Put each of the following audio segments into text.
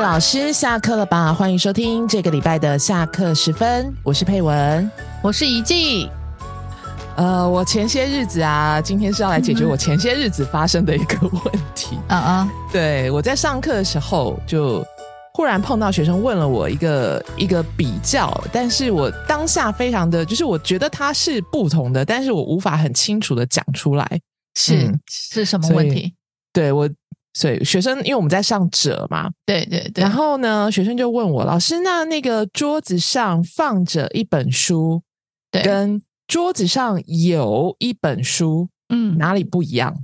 老师下课了吧？欢迎收听这个礼拜的下课时分，我是佩文。我是怡静，呃，我前些日子啊，今天是要来解决我前些日子发生的一个问题。 啊啊，对我在上课的时候，就忽然碰到学生问了我一个一个比较，但是我当下非常的，就是我觉得它是不同的，但是我无法很清楚的讲出来。是、嗯是什么所以问题？对我，所以学生因为我们在上者嘛，对对对，然后呢，学生就问我老师，那那个桌子上放着一本书，对跟桌子上有一本书嗯，哪里不一样？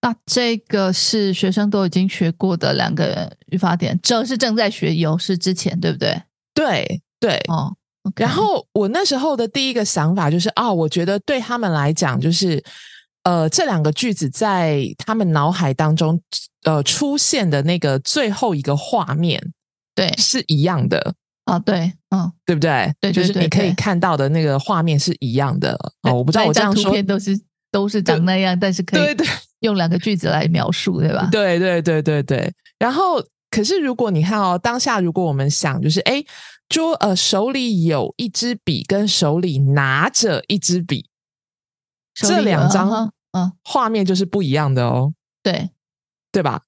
那这个是学生都已经学过的两个语法点，这是正在学，有是之前，对不对？对对。哦，OK 然后我那时候的第一个想法就是，啊，我觉得对他们来讲，就是呃，这两个句子在他们脑海当中呃出现的那个最后一个画面对是一样的。啊，对，嗯，对不对？对对就是你对可以对看到的那个画面是一样的哦。我不知道那一我这张样图说片都是都是长那样，但是可对以对用两个句子来描述，对 吧？对对对对对。然后，可是如果你看哦，当下如果我们想就是，哎，桌呃手里有一支笔，跟手里拿着一支笔，手里这两张有啊哈嗯，画面就是不一样的哦，对，对吧？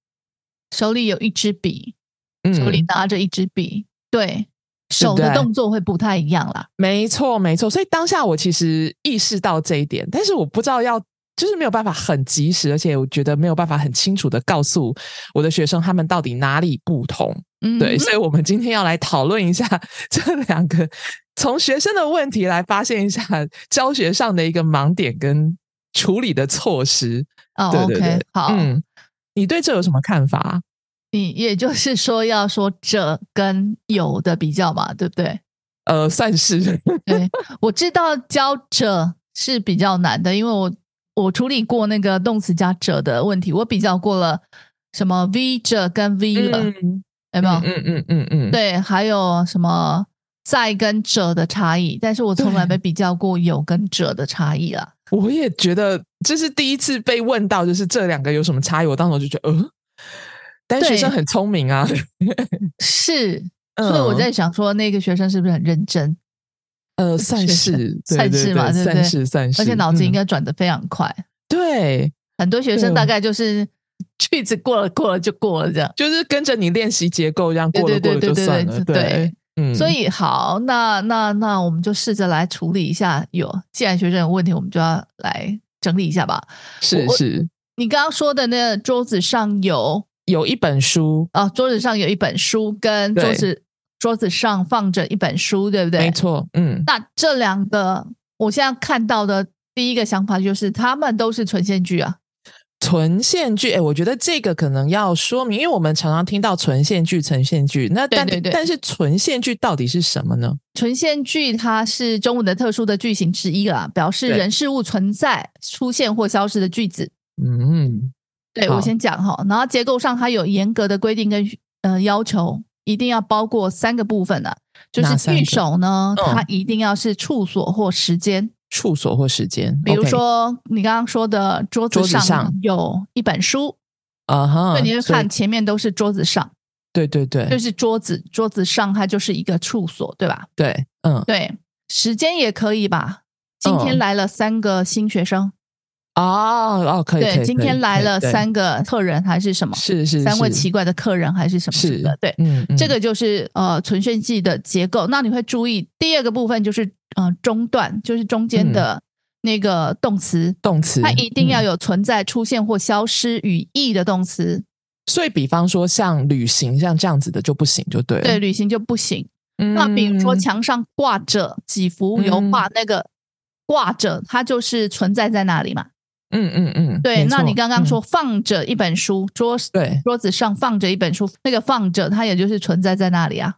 手里有一支笔，嗯，手里拿着一支笔，对，手对的动作会不太一样啦。没错没错。所以当下我其实意识到这一点，但是我不知道要。就是没有办法很及时，而且我觉得没有办法很清楚的告诉我的学生他们到底哪里不同。嗯，对，所以我们今天要来讨论一下 这两个从学生的问题来发现一下教学上的一个盲点跟处理的措施。哦对对对，OK，好，嗯，你对这有什么看法？你也就是说要说这跟有的比较嘛，对不对？呃，算是对，我知道教者是比较难的，因为我我处理过那个动词加者的问题，我比较过了什么 v 者跟 v 了，嗯有没有？嗯嗯嗯嗯，对，还有什么在跟者的差异，但是我从来没比较过有跟者的差异啦。我也觉得这是第一次被问到，就是这两个有什么差异，我当时就觉得，呃，但是学对生很聪明啊，是，所以我在想说，那个学生是不是很认真，嗯呃，算是对算对是对嘛对不算对是算是，而且脑子应嗯该转得非常快。对，很多学对生哦大概就是 句子过了过了就过了这样。就是跟着你练习结构，这样对过了过对了对就对算对了。对对，嗯，所以好，那那那我们就试着来处理一下。有，既然学生有问题，我们就要来整理一下吧。是我是你刚刚说的那个桌子上有有一本书，啊，桌子上有一本书，跟对桌子桌子上放着一本书，对不对？没。错，嗯，那这两个，我现在看到的第一个想法就是，他们都是存现句啊。存现句，哎，我觉得这个可能要说明，因为我们常常听到存现句、存现句，那对但对对但是存现句到底是什么呢？存现句它是中文的特殊的句型之一啦，表示对人事物存在、出现或消失的句子。嗯，对好我先讲哈，然后结构上它有严格的规定跟呃要求，一定要包括三个部分呢、啊就是哪三个句首呢，嗯它一定要是处所或时间，处所或时间，比如 OK，说你刚刚说的桌子桌子上上有一本书，啊哈，对，你就所以看，前面都是桌子上，对对就对是桌子，桌子上它就是一个处所，对吧？对，嗯对，时间也可以吧。今天嗯来了三个新学生，哦哦，可以，可对，以今可以可天以来了对三个客人还是什么？是是三位是奇怪的客人还是什么什是么的？对，嗯，嗯这个就是呃存炫剂的结构。那你会注意第二个部分就是呃中段，就是中间的那个动词，动嗯词它一定要嗯有存在、出现或消失语义的动词。所以比方说像旅行像这样子的就不行，就对了。对，旅行就不行。嗯，那比如说墙上挂着几幅油画，那个挂着它就是存在在那里嘛。嗯嗯嗯，对，没那错你刚刚嗯说放着一本书，桌对，桌子上放着一本书，那个放着它也就是存在在那里啊。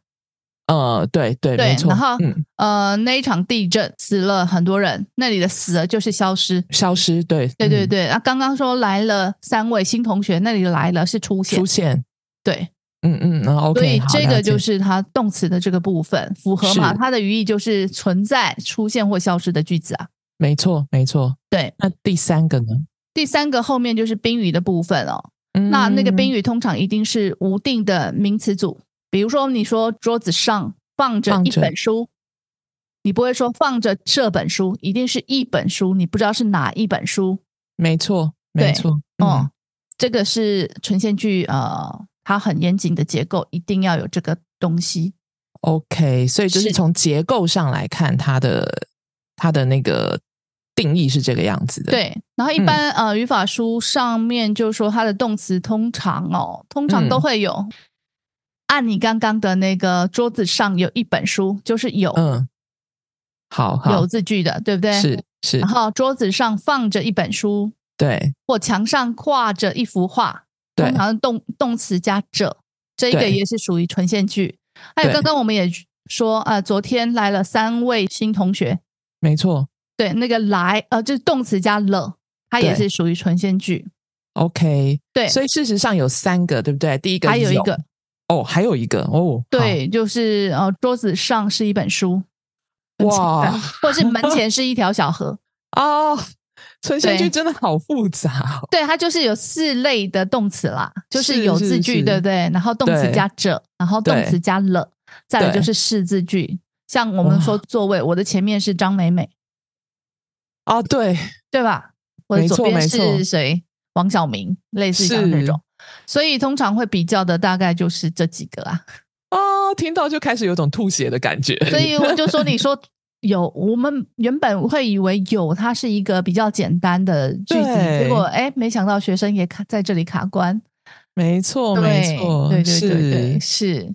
呃，对对，对没错。然后嗯，呃，那一场地震死了很多人，那里的死了就是消失。消失，对对对嗯对，啊，刚刚说来了三位新同学，那里来了是出现出，现，对，嗯嗯，然后 OK，所以这个就是是它动词的这个部分符合嘛？是它的语义就是存在、出现或消失的句子啊。没错没错。对，那第三个呢？第三个后面就是宾语的部分哦，那那个嗯宾语通常一定是无定的名词组，比如说你说桌子上放着放一着本书，你不会说放着这本书，一定是一本书，你不知道是哪一本书。没错，没对错，哦，嗯，这个是呈现句，呃，它很严谨的结构，一定要有这个东西。 ，OK，所以就是是从结构上来看，它的它的那个定义是这个样子的，，对，然后一般、嗯呃语法书上面就说它的动词通常哦，通常都嗯会有。按你刚刚的那个桌子上有一本书，就是有、嗯，好好有，字句的，对不对？是是然，后桌子上放着一本书，对或墙上挂着一幅画，对通，常动动词加着，这一个对也是属于呈现句。还有对刚刚我们也说，呃，昨天来了三位新同学，没错对，那个来呃就是动词加了，它也对是属于呈现句。 ，OK，对，所以事实上有三个，对不对？第一个还有一个哦，还有一个哦，对，就是呃桌子上是一本书，好，很奇怪哇，或者是门前是一条小河。哦，呈现句对真的好复杂哦，对，它就是有四类的动词啦，就是是有字是句，是对不对？然后动词对加着，然后动对词加了，再来对就是是字句。像我们哇说座位，我的前面是张美美，哦，对，对吧？我的没左错边没错是谁？王晓明，类似像这是种。所以通常会比较的大概就是这几个 啊。哦，听到就开始有种吐血的感觉，所以我就说，你说有，我们原本会以为有，它是一个比较简单的句子，对结果哎，没想到学生也卡在这里卡关。没错，对没错，对对对是对，是。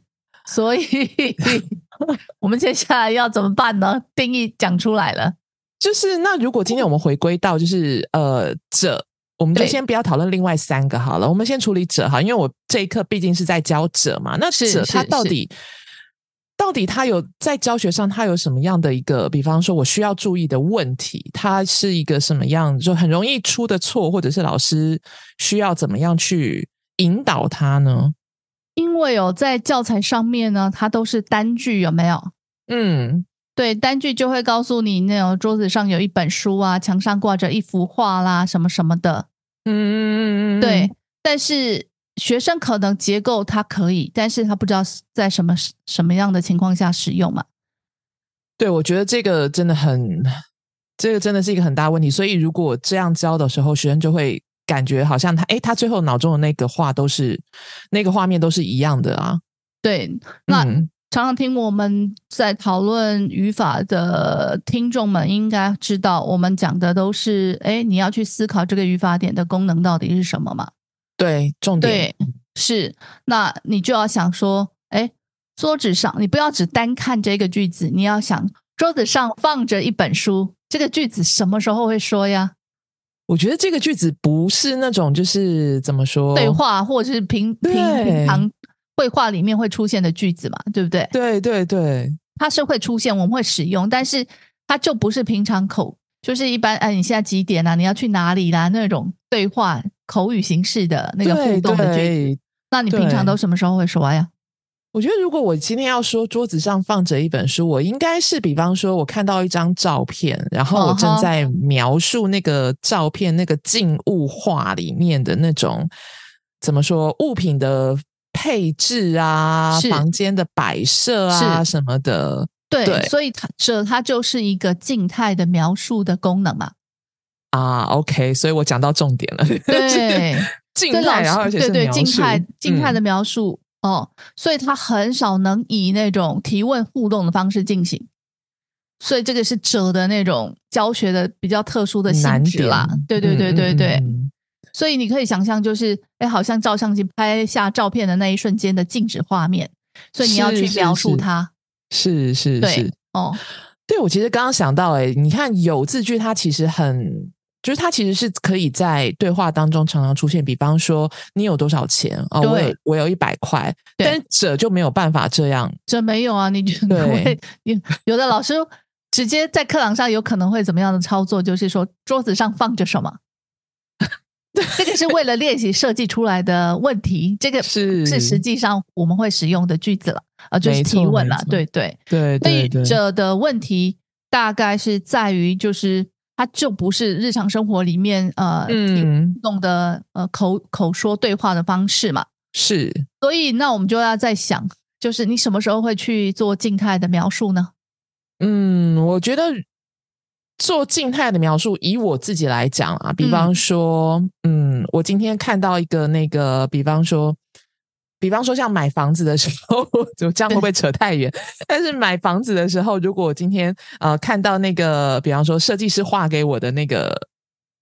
所以我们接下来要怎么办呢？定义讲出来了，就是那如果今天我们回归到就是呃者，我们就对先不要讨论另外三个好了，我们先处理者哈，因为我这一课毕竟是在教者嘛，那是者是他到底到底他有在教学上他有什么样的一个，比方说我需要注意的问题，他是一个什么样就很容易出的错，或者是老师需要怎么样去引导他呢？因为哦，在教材上面呢，它都是单句，有没有？嗯，对，单句就会告诉你，那种桌子上有一本书啊，墙上挂着一幅画啦，什么什么的。嗯，对，但是学生可能结构它可以，但是他不知道是在什么时什么样的情况下使用嘛。对，我觉得这个真的很，这个真的是一个很大问题。所以如果这样教的时候，学生就会感觉好像他，诶，他最后脑中的那个画都是那个画面都是一样的啊。对，那嗯、常常听我们在讨论语法的听众们应该知道，我们讲的都是，哎，你要去思考这个语法点的功能到底是什么嘛？对，重点对，是，那你就要想说，哎，桌子上，你不要只单看这个句子，你要想桌子上放着一本书，这个句子什么时候会说呀？我觉得这个句子不是那种就是怎么说对。话或者是平平平哦对常绘画里面会出现的句子嘛，对不对？对对对，它是会出现，我们会使用，但是它就不是平常口，就是一般哎，你现在几点啊？你要去哪里啦、那种对话口语形式的那个互对动的句子。对，那你平常对都什么时候会说呀？我觉得，如果我今天要说桌子上放着一本书，我应该是，比方说，我看到一张照片，然后我嗯正哼在描述那个照片那个静物画里面的那种怎么说物品的配置啊，是房间的摆设啊是什么的。对，对所以它这它就是一个静态的描述的功能嘛。啊，OK，所以我讲到重点了，就是对，静这老态，师然后而且对是对描静述态静态的嗯描述、哦，所以它很少能以那种提问互动的方式进行。所以这个是者的那种教学的比较特殊的性难质点啦，对对对对对，嗯嗯嗯所以你可以想象，就是哎，好像照相机拍下照片的那一瞬间的静止画面，所以你要是去是描述是它。是是是对，，哦，对，我其实刚刚想到、欸，哎，你看有字句，它其实很，就是它其实是可以在对话当中常常出现。比方说，你有多少钱？哦，我有对，我有一百块，对但是者就没有办法这样。这没有啊，你就对会有有的老师直接在课堂上有可能会怎么样的操作，就是说桌子上放着什么。 这个是为了练习设计出来的问题，这个是是实际上我们会使用的句子了，啊，就是没错提问了没，错对对。对对对对，者的问题大概是在于，就是它就不是日常生活里面呃，嗯，弄的呃口口说对话的方式嘛。是所以那我们就要在想，就是你什么时候会去做静态的描述呢？嗯，我觉得做静态的描述，以我自己来讲啊，比方说，嗯我今天看到一个那个，比方说，比方说像买房子的时候， 就这样会不会扯太远？但是买房子的时候，如果我今天呃看到那个，比方说设计师画给我的那个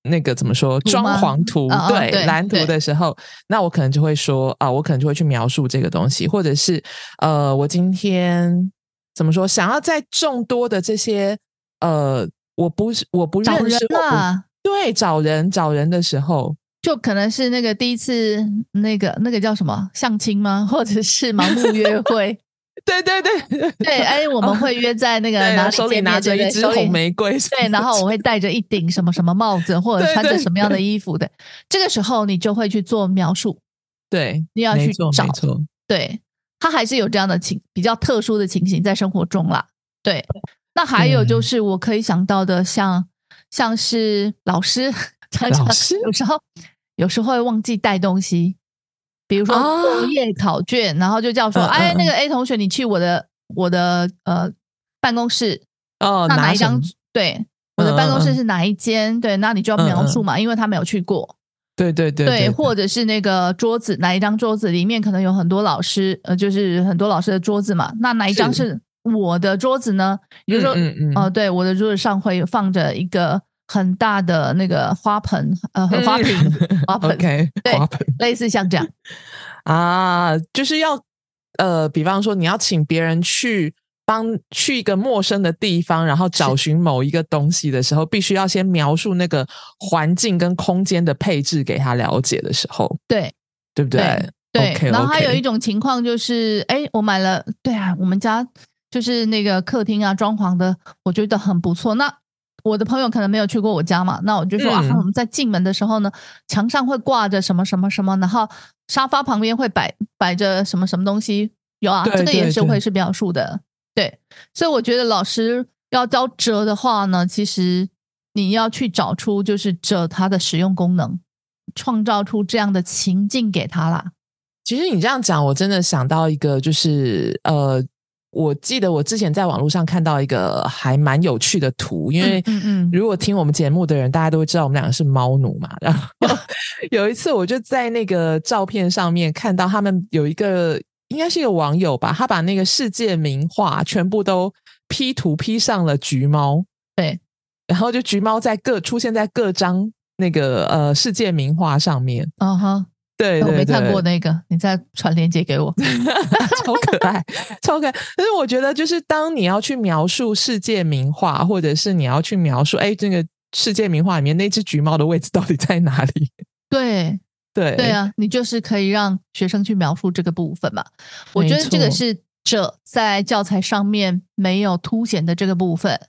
那个怎么说图装吗潢图，啊啊对对蓝图对的时候，那我可能就会说啊，我可能就会去描述这个东西，或者是呃，我今天怎么说，想要在众多的这些呃，我不是我不找认人识，我不啊，对找人找人的时候， 就可能是那个第一次那个那个叫什么相亲吗？或者是盲目 约会？对对对 对对，哎，我们会约在那个对，哪手里见面拿着对一不对支手里红玫瑰， 对，然后我会戴着一顶什么什么帽子，或者对穿着对什么样的衣服的。这个时候你就会去做描述， 对，你要没去错找没。错，对，他还是有这样的情比较特殊的情形在生活中啦。对，那还有就对是我可以想到的像，像是老师，常常老师有时候有时候会忘记带东西，比如说啊作业考卷，然后就叫说，嗯嗯哎，那嗯个 A 同学，你去我的我的呃办公室哦，那哪拿一什么嗯张？对，我的办公室是哪一间？对，那你就要描述嘛，因为他没有去过。对对对对，或者是那个桌子，哪一张桌子里面可能有很多老师，呃，就是很多老师的桌子嘛。那哪一张是是我的桌子呢？比如说，嗯嗯嗯哦、对，我的桌子上会放着一个很大的那个花盆，呃，花 瓶，呃花盆，嗯，OK，对花盆类似像这样。啊，就是要呃，比方说你要请别人去帮去一个陌生的地方，然后找寻某一个东西的时候，必须要先描述那个环境跟空间的配置给他了解的时候，对对不对？对 OK，然后还有 OK 一种情况就是，哎，我买了，对啊，我们家就是那个客厅啊，装潢的，我觉得很不错。那我的朋友可能没有去过我家嘛，那我就说、啊嗯，我们在进门的时候呢，墙上会挂着什么什么什么，然后沙发旁边会摆摆着什么什么东西，有啊，对这个也对是对会是描述的。对，所以我觉得老师要教折的话呢，其实你要去找出就是折它的使用功能，创造出这样的情境给他啦。其实你这样讲，我真的想到一个，就是呃，我记得我之前在网络上看到一个还蛮有趣的图，因为嗯嗯嗯如果听我们节目的人，大家都会知道我们两个是猫奴嘛。 然后有一次，我就在那个照片上面看到他们有一个，应该是一个网友吧，他把那个世界名画全部都 P 图 P 上了橘猫，对，然后就橘猫在各出现在各张那个呃世界名画上面。啊哈，对对我对，嗯没看过那个，你再传链接给我。 超可爱，超可爱。但是我觉得，就是当你要去描述世界名画，或者是你要去描述，哎，这个世界名画里面那只橘猫的位置到底在哪里？ 对对，对，啊，你就是可以让学生去描述这个部分嘛。我没觉得这个错是这在教材上面没有凸显的这个部分。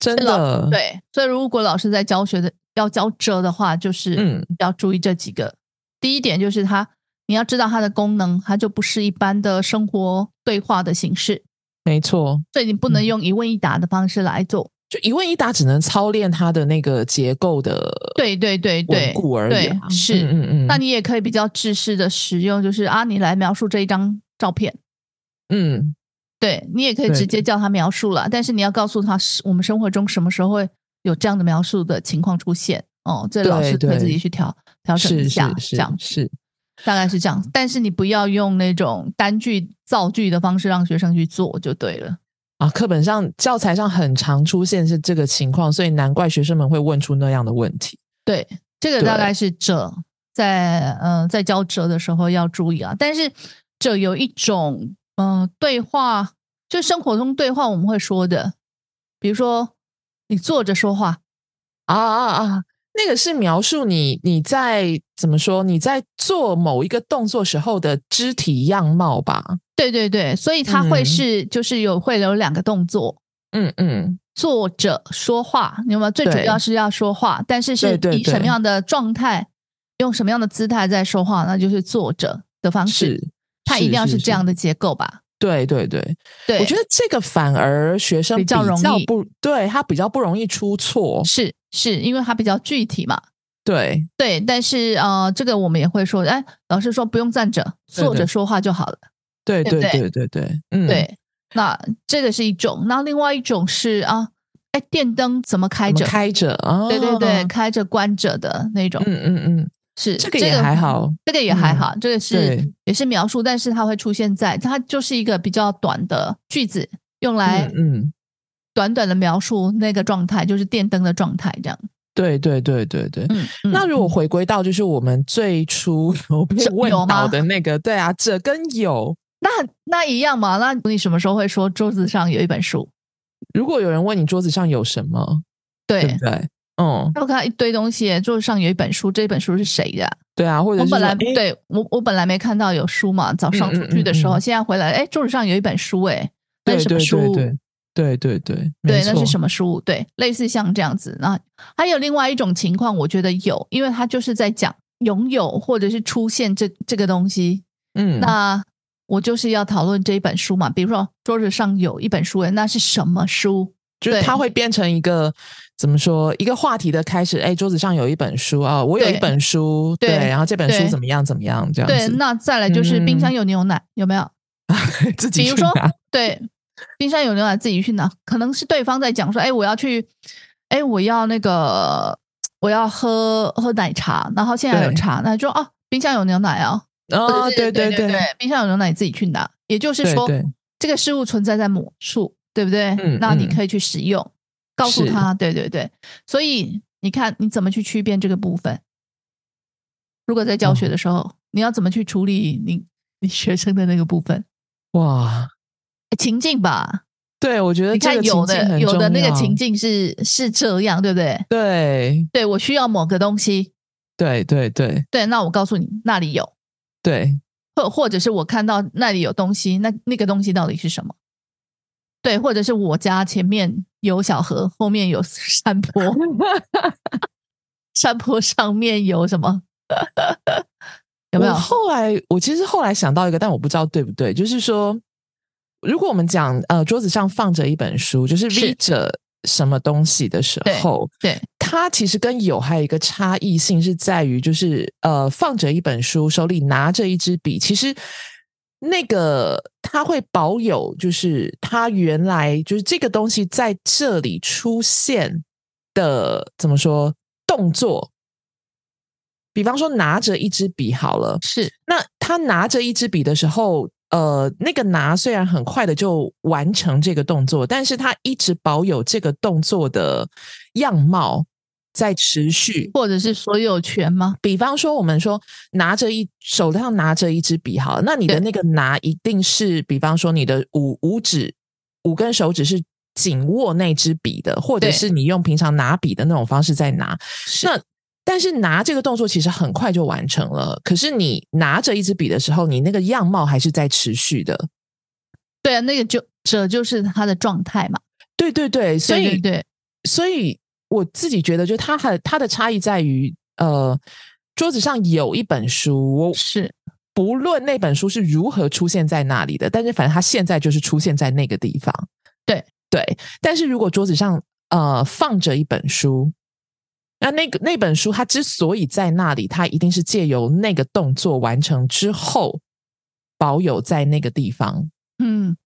真的，对，所以如果老师在教学的要教这的话，就是嗯要注意这几个。第一点就是它，你要知道它的功能，它就不是一般的生活对话的形式，没错。所以你不能嗯用一问一答的方式来做。就一问一答，只能操练它的那个结构的对对对对，稳固而已、啊。对是嗯嗯嗯，那你也可以比较制式的使用，就是啊，你来描述这一张照片，嗯，对你也可以对直接叫他描述了，但是你要告诉他是我们生活中什么时候会有这样的描述的情况出现哦，这对老师可以对自己去调调整是一是下，是这样是，大概是这样，但是你不要用那种单句造句的方式让学生去做就对了。啊，课本上、教材上很常出现是这个情况，所以难怪学生们会问出那样的问题。对，这个对大概是这在呃在教哲的时候要注意啊。但是这有一种嗯、呃对话，就生活中对话我们会说的，比如说你坐着说话，啊啊啊！那个是描述你你在怎么说？你在做某一个动作时候的肢体样貌吧？对对对，所以它会嗯是、就是有会有两个动作。嗯嗯，坐着说话，你有没有？最主对要是要说话，但是是对对以什么对样的状态，用什么样的姿态在说话，那就是坐着的方式。是，它一定要是这样的。的结构吧？对对对，对，我觉得这个反而学生比较容易不对他比较不容易出错。是是因为它比较具体嘛。对对，但是呃，这个我们也会说，哎，老师说不用站着，对坐着对说话就好了。对对不对对对对，嗯，对，那这个是一种，那另外一种是啊，哎，电灯怎么开怎么着？开着啊，对对对，嗯开着关着的那种，嗯嗯，是这个也还好，这个也还嗯好，这个是对也是描述，但是它会出现在它就是一个比较短的句子，用来嗯嗯，短短的描述那个状态，就是电灯的状态这样。对对对对对。嗯，嗯那如果回归到就是我们最初我被这问有吗到的那个，对啊，这跟有。那那一样嘛？那你什么时候会说桌子上有一本书？如果有人问你桌子上有什么，对对不，对？嗯，他会看到一堆东西，桌子上有一本书，这本书是谁的啊？对啊，或者我是本说来诶对我我本来没看到有书嘛，早上嗯出嗯去的时候，嗯嗯现在回来，哎，桌子上有一本书，哎，那对是什么书？对对对对对，对，那是什么？么书？对，类似像这样子。那还有另外一种情况，我觉得有，因为他就是在讲拥有或者是出现这这个东西。嗯，那我就是要讨论这一本书嘛，比如说桌子上有一本书，哎那是什么书？就是对它会变成一个怎么说一个话题的开始。哎，桌子上有一本书啊，我有对一本书，对，对然后这本书对怎么样怎么样这样对，子，嗯那再来就是冰箱有牛奶，有没有？自己比如去说拿，对，冰箱有牛奶自己去拿，可能是对方在讲说，哎，我要去，哎，我要那个，我要喝喝奶茶，然后现在有对茶，那就哦，冰箱有牛奶哦，或哦，者是对对冰箱有牛奶你自己去拿，也就是对说对，这个事物存在在某处，对不对？嗯那你嗯可以去使用，告诉是他，对对对。所以你看你怎么去区辨这个部分？如果在教学的时候，哦你要怎么去处理你你学生的那个部分哎哇，情境吧？对我觉得你这看个有情境的很有的那个重要情，境是是这样，对不对？对对我需要某个东西，对对对对，那我告诉你那里有，对，或或者是我看到那里有东西，那那个东西到底是什么？对，或者是我家前面有小河，后面有 山坡， 山坡上面有什么？ 有没有我？后来我其实后来想到一个，但我不知道对不对，就是说，如果我们讲呃桌子上放着一本书，就是是 V 着什么东西的时对候，对它其实跟有还有一个差异性是在于，就是呃，放着一本书，手里拿着一支笔，其实那个它会保有，就是它原来就是这个东西在这里出现的怎么说动作。比方说拿着一支笔好了，是那他拿着一支笔的时候，呃，那个拿虽然很快的就完成这个动作，但是他一直保有这个动作的样貌在持续。或者是所有权吗？比方说，我们说拿着一手上拿着一支笔，好了，那你的对那个拿一定是，比方说你的五五指五根手指是紧握那支笔的，或者对是你用平常拿笔的那种方式在拿。是那但是拿这个动作其实很快就完成了，可是你拿着一支笔的时候，你那个样貌还是在持续的。对啊，那个就这就是他的状态嘛。对对对，所以对对对所以我自己觉得，就它很它的差异在于，呃，桌子上有一本书，我是不论那本书是如何出现在那里的，但是反正它现在就是出现在那个地方。对对，但是如果桌子上呃放着一本书，那那个那本书它之所以在那里，它一定是借由那个动作完成之后保有在那个地方。嗯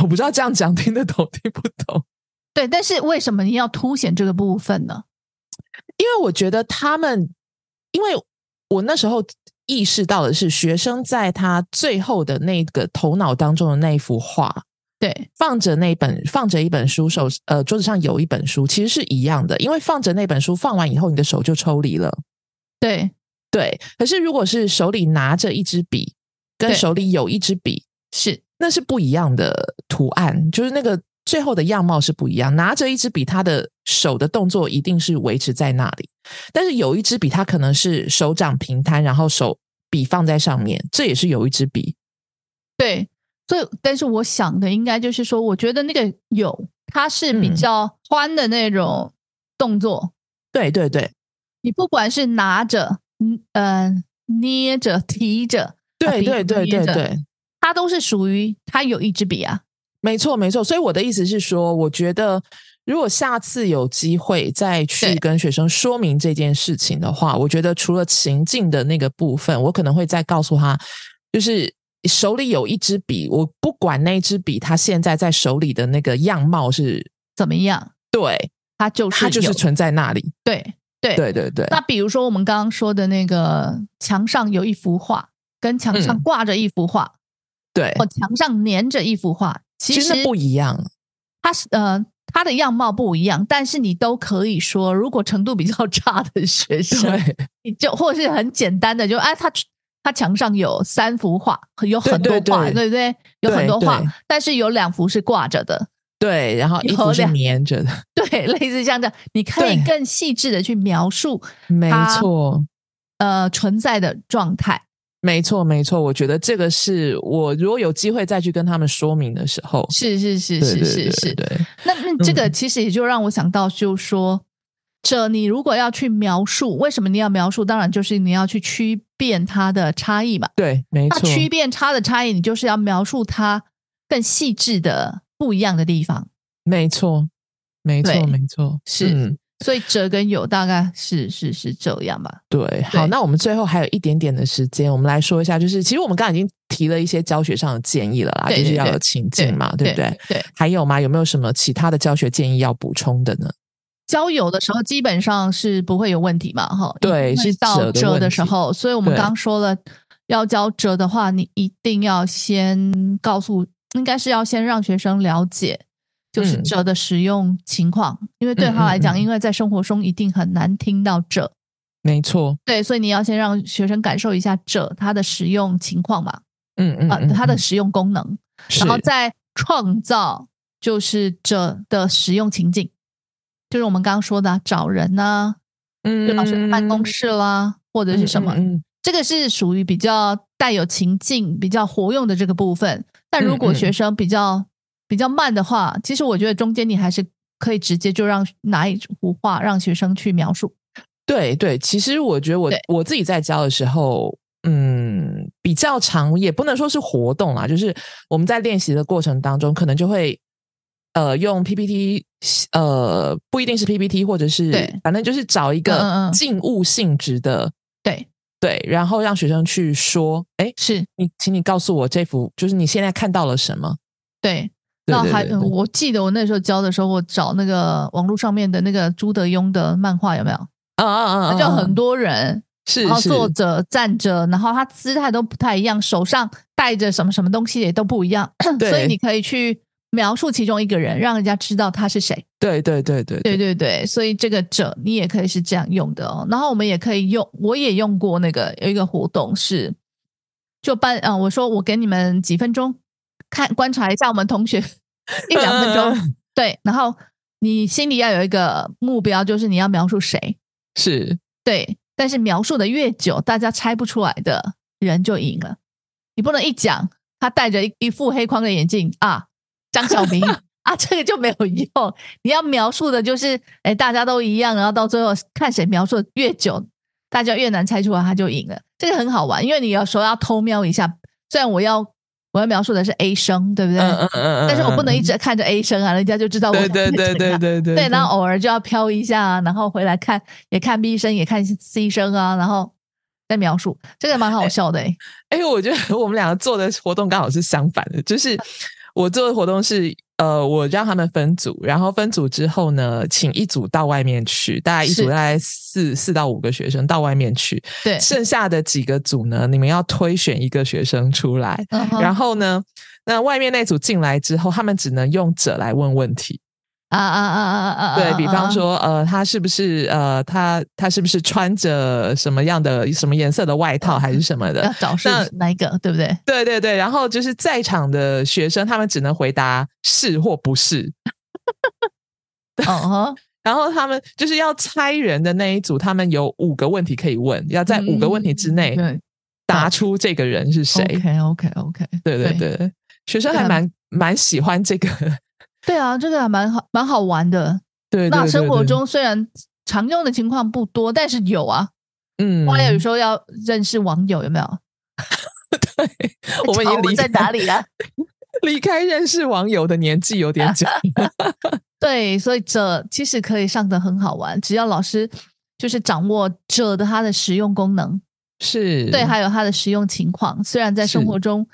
我不知道这样讲听得懂听不懂，对，但是为什么你要凸显这个部分呢？因为我觉得他们，因为我那时候意识到的是，学生在他最后的那个头脑当中的那一幅画，对放着那本放着一本书，手呃桌子上有一本书，其实是一样的，因为放着那本书放完以后，你的手就抽离了。对对，可是如果是手里拿着一支笔，跟对手里有一支笔，是那是不一样的图案，就是那个最后的样貌是不一样。拿着一支笔，他的手的动作一定是维持在那里，但是有一支笔，它可能是手掌平摊，然后手笔放在上面，这也是有一支笔。对，所以但是我想的应该就是说，我觉得那个有，它是比嗯较宽的那种动作，对对对你不管是拿着，嗯呃，捏着、提着，把对笔对对对捏着对。它都是属于它有一支笔啊，没错，没错。所以我的意思是说，我觉得如果下次有机会再去对跟学生说明这件事情的话，我觉得除了情境的那个部分，我可能会再告诉他，就是手里有一支笔，我不管那支笔它现在在手里的那个样貌是，怎么样？对，它就是它就是有存在那里。对对对对对，那比如说我们刚刚说的那个墙上有一幅画，跟墙上嗯挂着一幅画，对，或墙上粘着一幅画，其其实实那不一样。它是呃它的样貌不一样，但是你都可以说，如果程度比较差的学生，对你就或者是很简单的，就哎他他墙上有三幅画，有很多对对画，对对不对？有很多对画对，但是有两幅是挂着的，对，然后有衣服是两粘着的，对， 类似像这样，你可以对更细致的去描述没它错。呃存在的状态。没错，没错，我觉得这个是我如果有机会再去跟他们说明的时候，是是是对是对是对是。对，那那这个其实也就让我想到，就是说，这你如果要去描述，为什么你要描述？当然就是你要去区辨它的差异嘛。对，没那错，区辨它的差异，你就是要描述它更细致的不一样的地方。没错，没对错，没错，是嗯所以折跟有大概是是是这样吧。对。好，对那我们最后还有一点点的时间，我们来说一下，就是其实我们刚刚已经提了一些教学上的建议了啦，对就是对要对有情境嘛，对不对？对，还有吗？有没有什么其他的教学建议要补充的呢？交友的时候基本上是不会有问题嘛，哈。对一定是会到折的折的问时题候，所以我们对刚说了，要教折的话，你一定要先告诉，应该是要先让学生了解，就是嗯折的使用情况，因为对嗯他来讲，嗯嗯因为在生活中一定很难听到折，没错，对，所以你要先让学生感受一下折它的使用情况嘛，嗯嗯啊、嗯，它的嗯使用功能，然后是再创造就是折的使用情境，就是我们刚刚说的啊、找人呐、对老师的办公嗯室啦，或者是什么，嗯嗯嗯这个是属于比较带有情境、比较活用的这个部分。但如果嗯嗯学生比较、比较慢的话，其实我觉得中间你还是可以直接就让拿一幅画让学生去描述。对对，其实我觉得我对我自己在教的时候，嗯，比较长，也不能说是活动啦，就是我们在练习的过程当中，可能就会呃用 PPT，呃，不一定是 PPT，或者是对反正就是找一嗯嗯个嗯静物性质的，对，对，然后让学生去说，哎，是你请你告诉我这幅，就是你现在看到了什么？对。对那对还对对嗯我记得我那时候教的时候，我找那个网络上面的那个朱德庸的漫画有没有？啊啊啊，他就啊很多人，是然后是坐着、站着，然后他姿态都不太一样，手上带着什么什么东西也都不一 样，所以对你可以去描述其中一个人，让人家知道他是谁。对对对对对对对，所以这个者你也可以是这样用的哦。然后我们也可以用，我也用过那个有一个活动是，就办啊、呃我说我给你们几分钟看观察一下我们同学 一两分钟， 嗯对，然后你心里要有一个目标，就是你要描述谁，是对，但是描述的越久，大家猜不出来的人就赢了。你不能一讲他戴着一一副黑框的眼镜啊，张小 明啊，这个就没有用。你要描述的就是，哎，大家都一样，然后到最后看谁描述的越久，大家越难猜出来，他就赢了。这个很好玩，因为你有时候要偷瞄一下。虽然我要我要描述的是 A 生，对不对？嗯嗯嗯嗯，但是我不能嗯一直看着 A 生啊，人家就知道我对对对在怎对样对对对，然后偶尔就要飘一下啊，然后回来看也看 B 生，也看 C 生啊，然后再描述，这个蛮好笑的、欸。哎、我觉得我们两个做的活动刚好是相反的，嗯就是我做的活动是，呃，我让他们分组，然后分组之后呢，请一组到外面去，大概一是组大概四四到五个学生到外面去，对，剩下的几个组呢，你们要推选一个学生出来，嗯哼然后呢，那外面那组进来之后，他们只能用者来问问题，啊啊啊啊啊啊！对比啊方，说，呃，他是不是呃，他他是不是穿着什么样的什么颜色的外套还是什么的啊？要找是那哪一个，对不 对？对对对，然后就是在场的学生，他们只能回答是或不是。嗯哼，然后他们就是要猜人的那一组，他们有五个问题可以问，要在五个问题之内嗯对，答出这个人是谁。 ？OK OK OK，对对对，学生还蛮蛮喜欢这个。对啊，这个还蛮好，蛮好玩的。对对对那生活对中虽然常用的情况不多，但是有啊。嗯，花友有时候要认识网友，有没 有？ 我们已找经离在开哪里啊？离开认识网友的年纪有 点久。对，所以这其实可以上的很好玩，只要老师就是掌握这的它的实用功能，是对，还有它的使用情况。虽然在生活中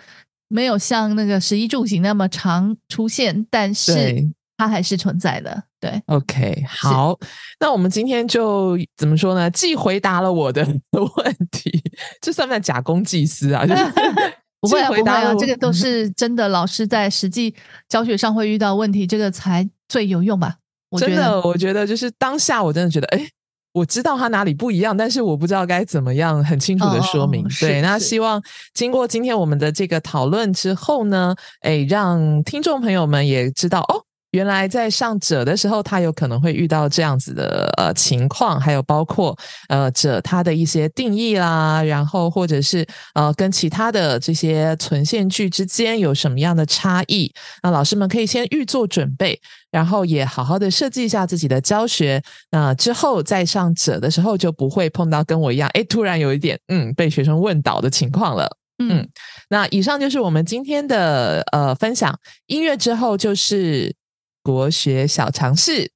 没有像那个食衣住行那么常出现，但是对它还是存在的。对， OK，好，那我们今天就怎么说呢？既回答了我的 问题，这算不算假公济私啊？就是 不会、既啊、回不会、答了啊，我嗯这 个都是真的。老师在实际教学上会遇到问题，这个才最有用吧？我觉真得的，我觉得就是当下，我真的觉得，哎，我知道它哪里不一样，但是我不知道该怎么样很清楚的说明。哦哦是对，那是希望经过今天我们的这个讨论之后呢，哎，让听众朋友们也知道哦。原来在上者的时候，他有可能会遇到这样子的呃情况，还有包括呃者它的一些定义啦，然后或者是呃跟其他的这些存现句之间有什么样的差异，那老师们可以先预做准备，然后也好好的设计一下自己的教学。那呃之后再上者的时候，就不会碰到跟我一样，哎，突然有一点嗯被学生问倒的情况了。嗯嗯那以上就是我们今天的呃分享。音乐之后就是国学小常识。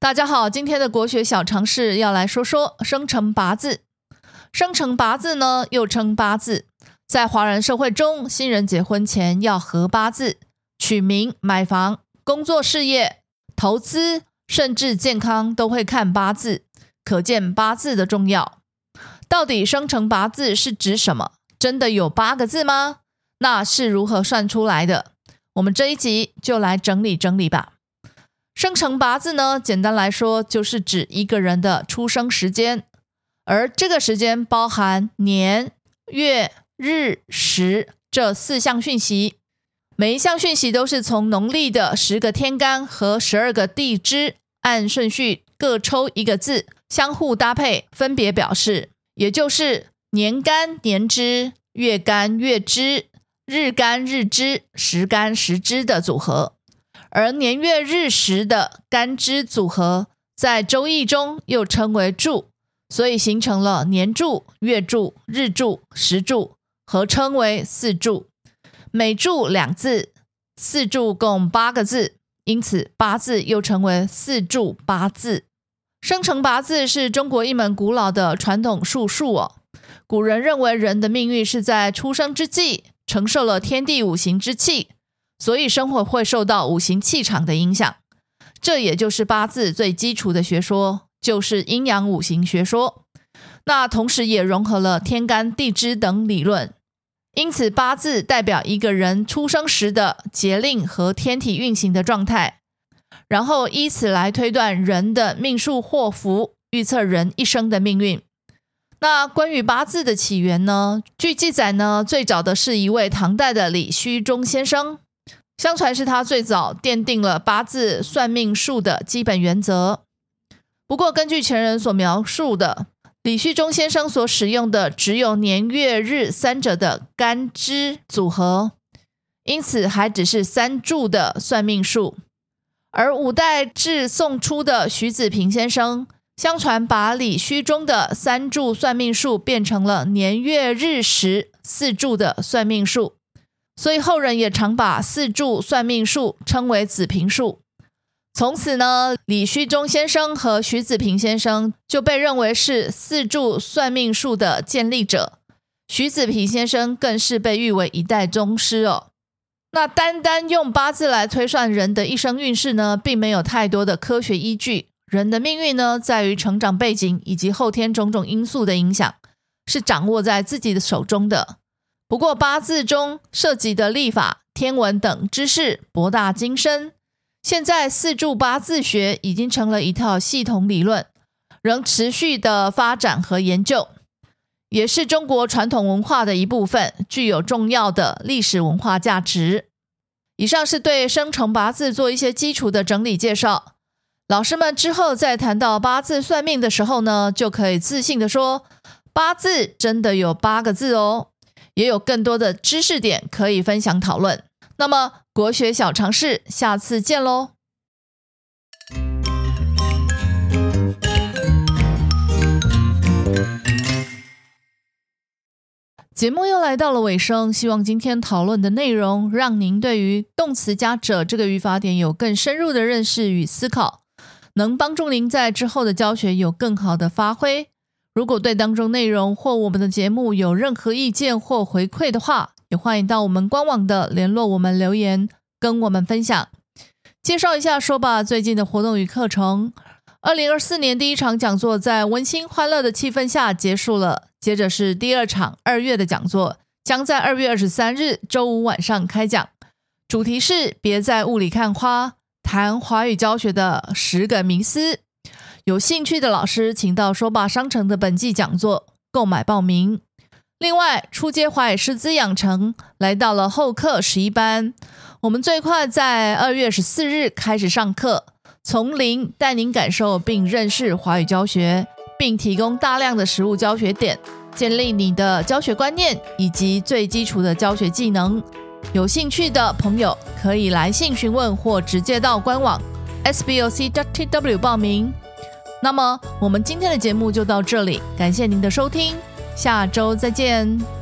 大家好，今天的国学小常识要来说说生辰八字。生辰八字呢，又称八字，在华人社会中，新人结婚前要合八字，取名、买房、工作事业、投资，甚至健康都会看八字，可见八字的重要。到底生辰八字是指什么？真的有八个字吗？那是如何算出来的？我们这一集就来整理整理吧。生辰八字呢，简单来说就是指一个人的出生时间，而这个时间包含年、月、日、时这四项讯息。每一项讯息都是从农历的十个天干和十二个地支按顺序各抽一个字，相互搭配，分别表示，也就是年干年支、月干月支、日干日支、时干时支的组合。而年月日时的干支组合，在《周易》中又称为柱，所以形成了年柱、月柱、日柱、时柱，合称为四柱。每柱两字，四柱共八个字，因此八字又称为四柱八字。生辰八字是中国一门古老的传统术数哦。古人认为人的命运是在出生之际承受了天地五行之气，所以生活会受到五行气场的影响。这也就是八字最基础的学说，就是阴阳五行学说。那同时也融合了天干地支等理论，因此八字代表一个人出生时的节令和天体运行的状态，然后依此来推断人的命数祸福，预测人一生的命运。那关于八字的起源呢？据记载呢，最早的是一位唐代的李虚中先生，相传是他最早奠定了八字算命术的基本原则。不过，根据前人所描述的，李旭中先生所使用的只有年、月、日三者的干支组合，因此还只是三柱的算命术。而五代至宋初的徐子平先生，相传把李虚中的三柱算命术变成了年、月、日、时四柱的算命术。所以后人也常把四柱算命术称为子平术。从此呢，李虚中先生和徐子平先生就被认为是四柱算命术的建立者。徐子平先生更是被誉为一代宗师哦。那单单用八字来推算人的一生运势呢，并没有太多的科学依据。人的命运呢，在于成长背景以及后天种种因素的影响，是掌握在自己的手中的。不过，八字中涉及的历法、天文等知识博大精深。现在四柱八字学已经成了一套系统理论，仍持续的发展和研究，也是中国传统文化的一部分，具有重要的历史文化价值。以上是对生辰八字做一些基础的整理介绍。老师们之后在谈到八字算命的时候呢，就可以自信的说，八字真的有八个字哦。也有更多的知识点可以分享讨论。那么，国学小常识，下次见喽！节目又来到了尾声，希望今天讨论的内容让您对于动词加者这个语法点有更深入的认识与思考，能帮助您在之后的教学有更好的发挥。如果对当中内容或我们的节目有任何意见或回馈的话，也欢迎到我们官网的联络我们留言，跟我们分享。介绍一下说吧最近的活动与课程。二零二四年第一场讲座在温馨欢乐的气氛下结束了，接着是第二场二月的讲座，将在二月二十三日周五晚上开讲，主题是“别在雾里看花”，谈华语教学的十个迷思。有兴趣的老师，请到说吧商城的本季讲座购买报名。另外，初阶华语师资养成来到了后课十一班，我们最快在二月十四日开始上课。从零带您感受并认识华语教学，并提供大量的实物教学点，建立你的教学观念以及最基础的教学技能。有兴趣的朋友可以来信询问或直接到官网 sboc.tw 报名。那么我们今天的节目就到这里，感谢您的收听，下周再见。